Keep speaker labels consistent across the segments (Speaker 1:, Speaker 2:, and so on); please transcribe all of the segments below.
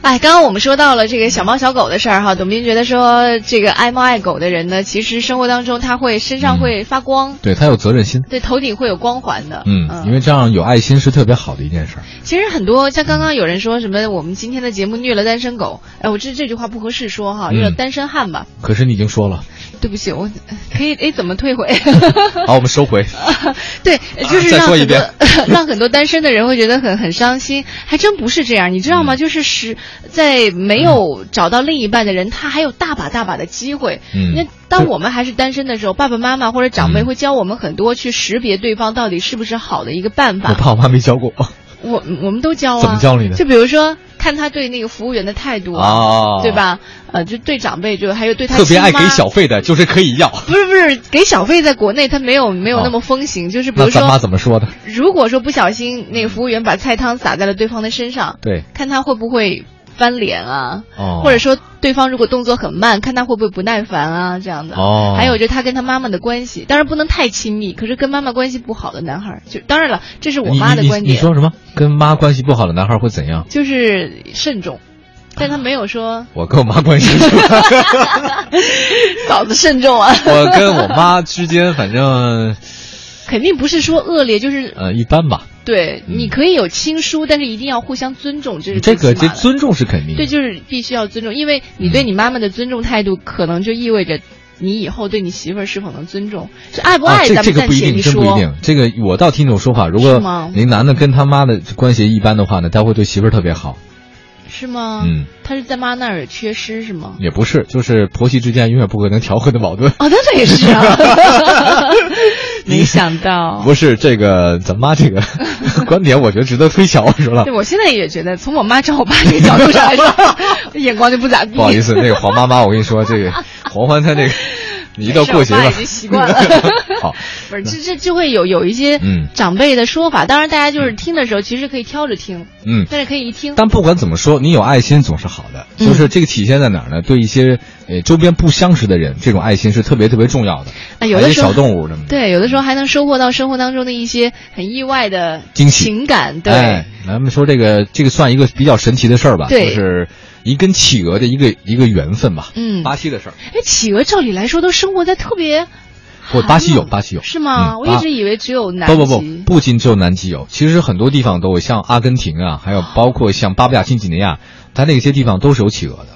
Speaker 1: 哎，刚刚我们说到了这个小猫小狗的事儿哈，董斌觉得说这个爱猫爱狗的人呢，其实生活当中他会身上会发光，
Speaker 2: 对他有责任心。
Speaker 1: 对头顶会有光环的。
Speaker 2: 嗯，因为这样有爱心是特别好的一件事儿。
Speaker 1: 其实很多像刚刚有人说什么，我们今天的节目虐了单身狗，哎，我这这句话不合适说哈，
Speaker 2: 嗯
Speaker 1: 虐了单身汉吧。
Speaker 2: 可是你已经说了，
Speaker 1: 对不起，我 可以哎怎么退回？
Speaker 2: 好，我们收回。
Speaker 1: 对，就是
Speaker 2: 啊再
Speaker 1: 让
Speaker 2: 说一
Speaker 1: 很多、
Speaker 2: 遍
Speaker 1: 让很多单身的人会觉得很很伤心，还真不是这样，你知
Speaker 2: 嗯
Speaker 1: 道吗？就是是在没有找到另一半的人，他还有大把大把的机会。
Speaker 2: 嗯
Speaker 1: 那当我们还是单身的时候，爸爸妈妈或者长辈
Speaker 2: 嗯
Speaker 1: 会教我们很多去识别对方到底是不是好的一个办
Speaker 2: 我
Speaker 1: 法。
Speaker 2: 爸我妈没教过我。
Speaker 1: 我我们都教啊，
Speaker 2: 怎么教你的
Speaker 1: 就比如说看他对那个服务员的态度啊
Speaker 2: 哦
Speaker 1: 对吧？呃，就对长辈就还有对他
Speaker 2: 特别
Speaker 1: 亲
Speaker 2: 爱给
Speaker 1: 妈
Speaker 2: 小费的，就是可以要。
Speaker 1: 不是不是，给小费在国内它没有没有那么风行，就是比
Speaker 2: 哦
Speaker 1: 如
Speaker 2: 那咱妈
Speaker 1: 说，
Speaker 2: 怎么说的？
Speaker 1: 如果说不小心那个服务员把菜汤洒在了对方的身上，
Speaker 2: 对，
Speaker 1: 看他会不会翻脸啊，
Speaker 2: 哦，
Speaker 1: 或者说对方如果动作很慢，看他会不会不耐烦啊这样的。
Speaker 2: 哦
Speaker 1: 还有就是他跟他妈妈的关系，当然不能太亲密，可是跟妈妈关系不好的男孩儿，就当然了，这是我
Speaker 2: 你
Speaker 1: 妈的
Speaker 2: 你
Speaker 1: 观
Speaker 2: 你
Speaker 1: 点，
Speaker 2: 说什么？跟妈关系不好的男孩会怎样？
Speaker 1: 就是慎重，但他没有 说
Speaker 2: 我跟我妈关系，
Speaker 1: 嫂子慎重啊，
Speaker 2: 我跟我妈之间反正
Speaker 1: 肯定不是说恶劣，就是
Speaker 2: 呃一般吧。
Speaker 1: 对，
Speaker 2: 嗯
Speaker 1: 你可以有亲疏，但是一定要互相尊重，这是
Speaker 2: 这
Speaker 1: 最
Speaker 2: 个
Speaker 1: 起
Speaker 2: 这
Speaker 1: 码的
Speaker 2: 尊重是肯定的。
Speaker 1: 对，就是必须要尊重，因为你对你妈妈的尊重态度，可能就意味着你以后对你媳妇儿是否能尊重，是爱不
Speaker 2: 啊，
Speaker 1: 爱，
Speaker 2: 这
Speaker 1: 咱
Speaker 2: 这
Speaker 1: 们
Speaker 2: 个
Speaker 1: 暂
Speaker 2: 不一
Speaker 1: 且
Speaker 2: 定，真不一
Speaker 1: 说。
Speaker 2: 定。这个我倒听一种说法，如
Speaker 1: 是
Speaker 2: 果
Speaker 1: 吗
Speaker 2: 您男的跟他妈的关系一般的话呢，他会对媳妇儿特别好。
Speaker 1: 是吗？
Speaker 2: 嗯，
Speaker 1: 他是在妈那儿有缺失是吗？
Speaker 2: 也不是，就是婆媳之间永远不可能调和的矛盾。
Speaker 1: 哦，那倒也是啊， 没想到。
Speaker 2: 不是这个，咱妈这个 观点，我觉得值得推敲。我说了
Speaker 1: 对，，我现在也觉得，从我妈找我爸这个角度上来 说，眼光就不咋地。
Speaker 2: 不好意思，那个黄妈妈，我跟你说，这个黄欢他这 个，你一到过节
Speaker 1: 没事我爸
Speaker 2: 吧，
Speaker 1: 已经习惯了
Speaker 2: 好，
Speaker 1: 不是，这这就会有有一些
Speaker 2: 嗯
Speaker 1: 长辈的说法。当然，大家就是听的时候，其实可以挑着听，
Speaker 2: 嗯。
Speaker 1: 但是可以一听。
Speaker 2: 但不管怎么说，你有爱心总是好的，
Speaker 1: 嗯
Speaker 2: 就是这个体现在哪儿呢？对一些呃周边不相识的人，这种爱心是特别特别重要的。
Speaker 1: 啊有
Speaker 2: 还
Speaker 1: 的
Speaker 2: 有
Speaker 1: 时候
Speaker 2: 小动物什么的。
Speaker 1: 对，有的时候还能收获到生活当中的一些很意外的
Speaker 2: 惊喜
Speaker 1: 情感。对，
Speaker 2: 哎，咱们说这个这个算一个比较神奇的事儿吧，
Speaker 1: 对
Speaker 2: 就是一跟企鹅的一个一个缘分吧，
Speaker 1: 嗯
Speaker 2: 巴西的事儿，
Speaker 1: 哎，企鹅照理来说都生活在特别
Speaker 2: 不，
Speaker 1: 寒
Speaker 2: 巴西有，
Speaker 1: 冷
Speaker 2: 巴西有，
Speaker 1: 是吗？
Speaker 2: 嗯
Speaker 1: 我一
Speaker 2: 巴
Speaker 1: 直以为只有南极。
Speaker 2: 不不不，不仅只有南极有，其实很多地方都有，像阿根廷啊，还有包括像巴布亚新几内亚，它那些地方都是有企鹅的，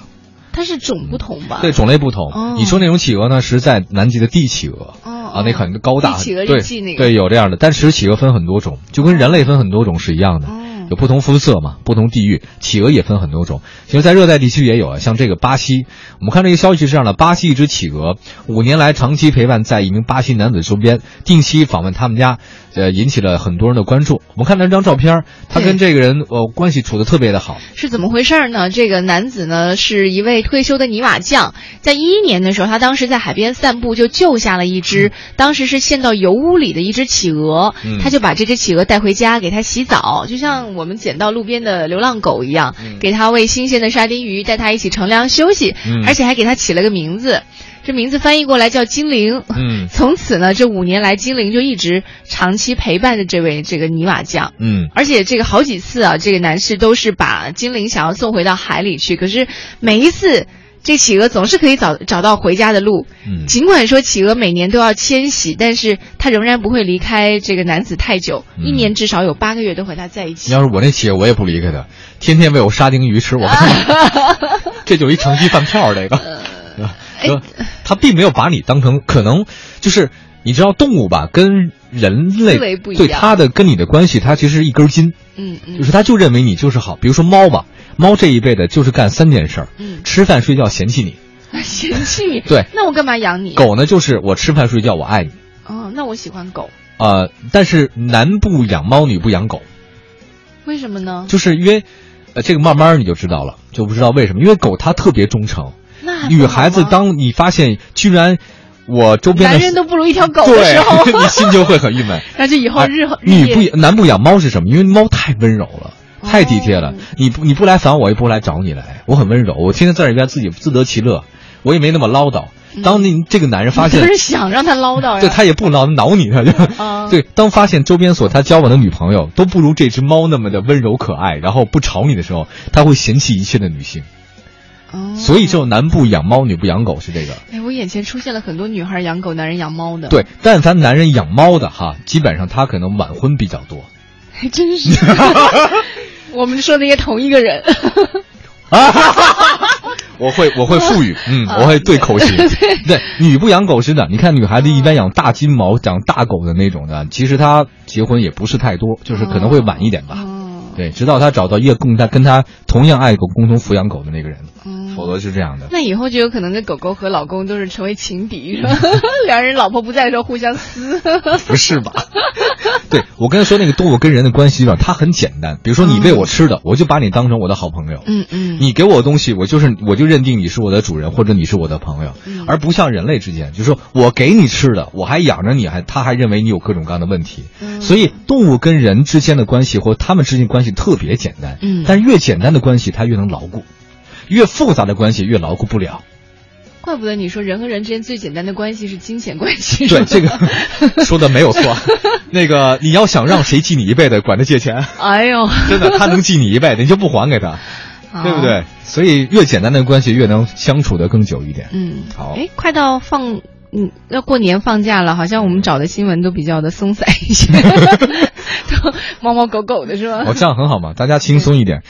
Speaker 1: 它是种不同吧？
Speaker 2: 对，种类不同。
Speaker 1: 哦
Speaker 2: 你说那种企鹅呢，是在南极的帝企鹅，
Speaker 1: 哦
Speaker 2: 啊，那
Speaker 1: 哦
Speaker 2: 很高大，
Speaker 1: 帝企鹅日
Speaker 2: 对
Speaker 1: 记那个
Speaker 2: 对，有这样的。但其实企鹅分很多种，就跟人类分很多种是一样的，
Speaker 1: 哦
Speaker 2: 有不同肤色嘛，不同地域，企鹅也分很多种。其实，在热带地区也有啊，像这个巴西，我们看这个消息是这样的：巴西一只企鹅五年来长期陪伴在一名巴西男子身边，定期访问他们家，呃，引起了很多人的关注。我们看到这张照片，他跟这个人呃关系处的特别的好，
Speaker 1: 是怎么回事儿呢？这个男子呢是一位退休的泥瓦匠，在一一年的时候，他当时在海边散步，就救下了一只，当时是陷到油污里的一只企鹅，
Speaker 2: 嗯
Speaker 1: 他就把这只企鹅带回家，给它洗澡，就像我们捡到路边的流浪狗一样，给它喂新鲜的沙丁鱼，带它一起乘凉休息，
Speaker 2: 嗯
Speaker 1: 而且还给它起了个名字，这名字翻译过来叫精灵。
Speaker 2: 嗯
Speaker 1: 从此呢，这五年来，精灵就一直长期陪伴着这位这个泥瓦匠。
Speaker 2: 嗯，
Speaker 1: 而且这个好几次啊，这个男士都是把精灵想要送回到海里去，可是每一次。这企鹅总是可以找找到回家的路，
Speaker 2: 嗯
Speaker 1: 尽管说企鹅每年都要迁徙，但是它仍然不会离开这个男子太久，一年至少有八个月都和他在一起。
Speaker 2: 嗯要是我那企鹅，我也不离开他，天天喂我沙丁鱼吃，
Speaker 1: 啊
Speaker 2: 我这就一长期饭票儿这 个。
Speaker 1: 哎
Speaker 2: 呃，他并没有把你当成可能，就是你知道动物吧，跟人
Speaker 1: 思维
Speaker 2: 类
Speaker 1: 不一
Speaker 2: 对
Speaker 1: 样
Speaker 2: 它的跟你的关系，它其实是一根筋，
Speaker 1: 嗯嗯
Speaker 2: 就是它就认为你就是好。比如说猫吧，猫这一辈子就是干三件事儿：
Speaker 1: 嗯，
Speaker 2: 吃饭、睡觉、嫌弃你。
Speaker 1: 嫌弃你，
Speaker 2: 对
Speaker 1: 那我干嘛养你？，
Speaker 2: 狗呢，就是我吃饭睡觉，我爱你。
Speaker 1: 哦，那我喜欢狗，
Speaker 2: 呃，但是男不养猫，女不养狗，
Speaker 1: 为什么呢？
Speaker 2: 就是因为，呃，这个慢慢儿你就知道了，就不知道为什么，因为狗它特别忠诚。
Speaker 1: 那还不
Speaker 2: 女
Speaker 1: 好
Speaker 2: 孩子
Speaker 1: 吗
Speaker 2: 当你发现居然我周边的
Speaker 1: 男 人都不如一条狗的时候，
Speaker 2: 对，你心就会很郁闷。
Speaker 1: 那 就以后
Speaker 2: 哎
Speaker 1: 日后日
Speaker 2: 女
Speaker 1: 夜
Speaker 2: 不男不养猫是什么？因为猫太温柔了。太体贴了
Speaker 1: 哦，
Speaker 2: 你不你不来烦我，也不来找你来，我很温柔，我天天在这边自己自得其乐，我也没那么唠叨。当那这个男人 发
Speaker 1: 就嗯
Speaker 2: 现
Speaker 1: 是想让他唠叨呀。
Speaker 2: 对他也不挠挠你，他就、
Speaker 1: 嗯
Speaker 2: 对。当发现周边所他交往的女朋友都不如这只猫那么的温柔可爱，然后不吵你的时候，他会嫌弃一切的女性。
Speaker 1: 哦
Speaker 2: 所以只有男不养猫，女不养狗是这个。
Speaker 1: 哎，我眼前出现了很多女孩养狗，男人养猫的。，
Speaker 2: 对，但凡男人养猫的哈，基本上他可能晚婚比较多。
Speaker 1: 还 真是。 我们说的也同一个 人。
Speaker 2: 我会我会赋予，嗯，
Speaker 1: 啊
Speaker 2: 我会对 口型。对，女不养狗是的，你看女孩子一般养大金毛、养大狗的那种的，其实她结婚也不是太多，就是可能会晚一点吧。
Speaker 1: 哦
Speaker 2: 对，直到她找到一个更她跟她同样爱狗、共同抚养狗的那个人，
Speaker 1: 嗯
Speaker 2: 否则是这 样的。
Speaker 1: 那以后就有可能这狗狗和老公都是成为情敌，是吧 两人老婆不在的时候互相 撕。
Speaker 2: 不是吧？对我刚才说那个动物跟人的关系吧，它很简单。比如说你喂我吃的，我就把你当成我的好朋友。
Speaker 1: 嗯嗯，
Speaker 2: 你给我东西，我就是我就认定你是我的主人，或者你是我的朋友，
Speaker 1: 嗯
Speaker 2: 而不像人类之间，就是说我给你吃的，我还养着你，还他还认为你有各种各样的问题。
Speaker 1: 嗯
Speaker 2: 所以动物跟人之间的关系或他们之间的关系特别简单，
Speaker 1: 嗯
Speaker 2: 但越简单的关系它越能牢固，越复杂的关系越牢固不了。
Speaker 1: 怪不得你说人和人之间最简单的关系是金钱关系。是
Speaker 2: 对
Speaker 1: 吧
Speaker 2: 这个说的没有错，那个你要想让谁记你一辈子，管他借钱。
Speaker 1: 哎呦，
Speaker 2: 真的，他能记你一辈子，你就不还给他，对不
Speaker 1: 好？
Speaker 2: 对？所以越简单的关系越能相处的更久一点。
Speaker 1: 嗯，
Speaker 2: 好
Speaker 1: 哎，快到放。嗯，要过年放假了，好像我们找的新闻都比较的松 散一些，都猫猫狗狗的是吧？
Speaker 2: 哦，这样很好嘛，大家轻松一点。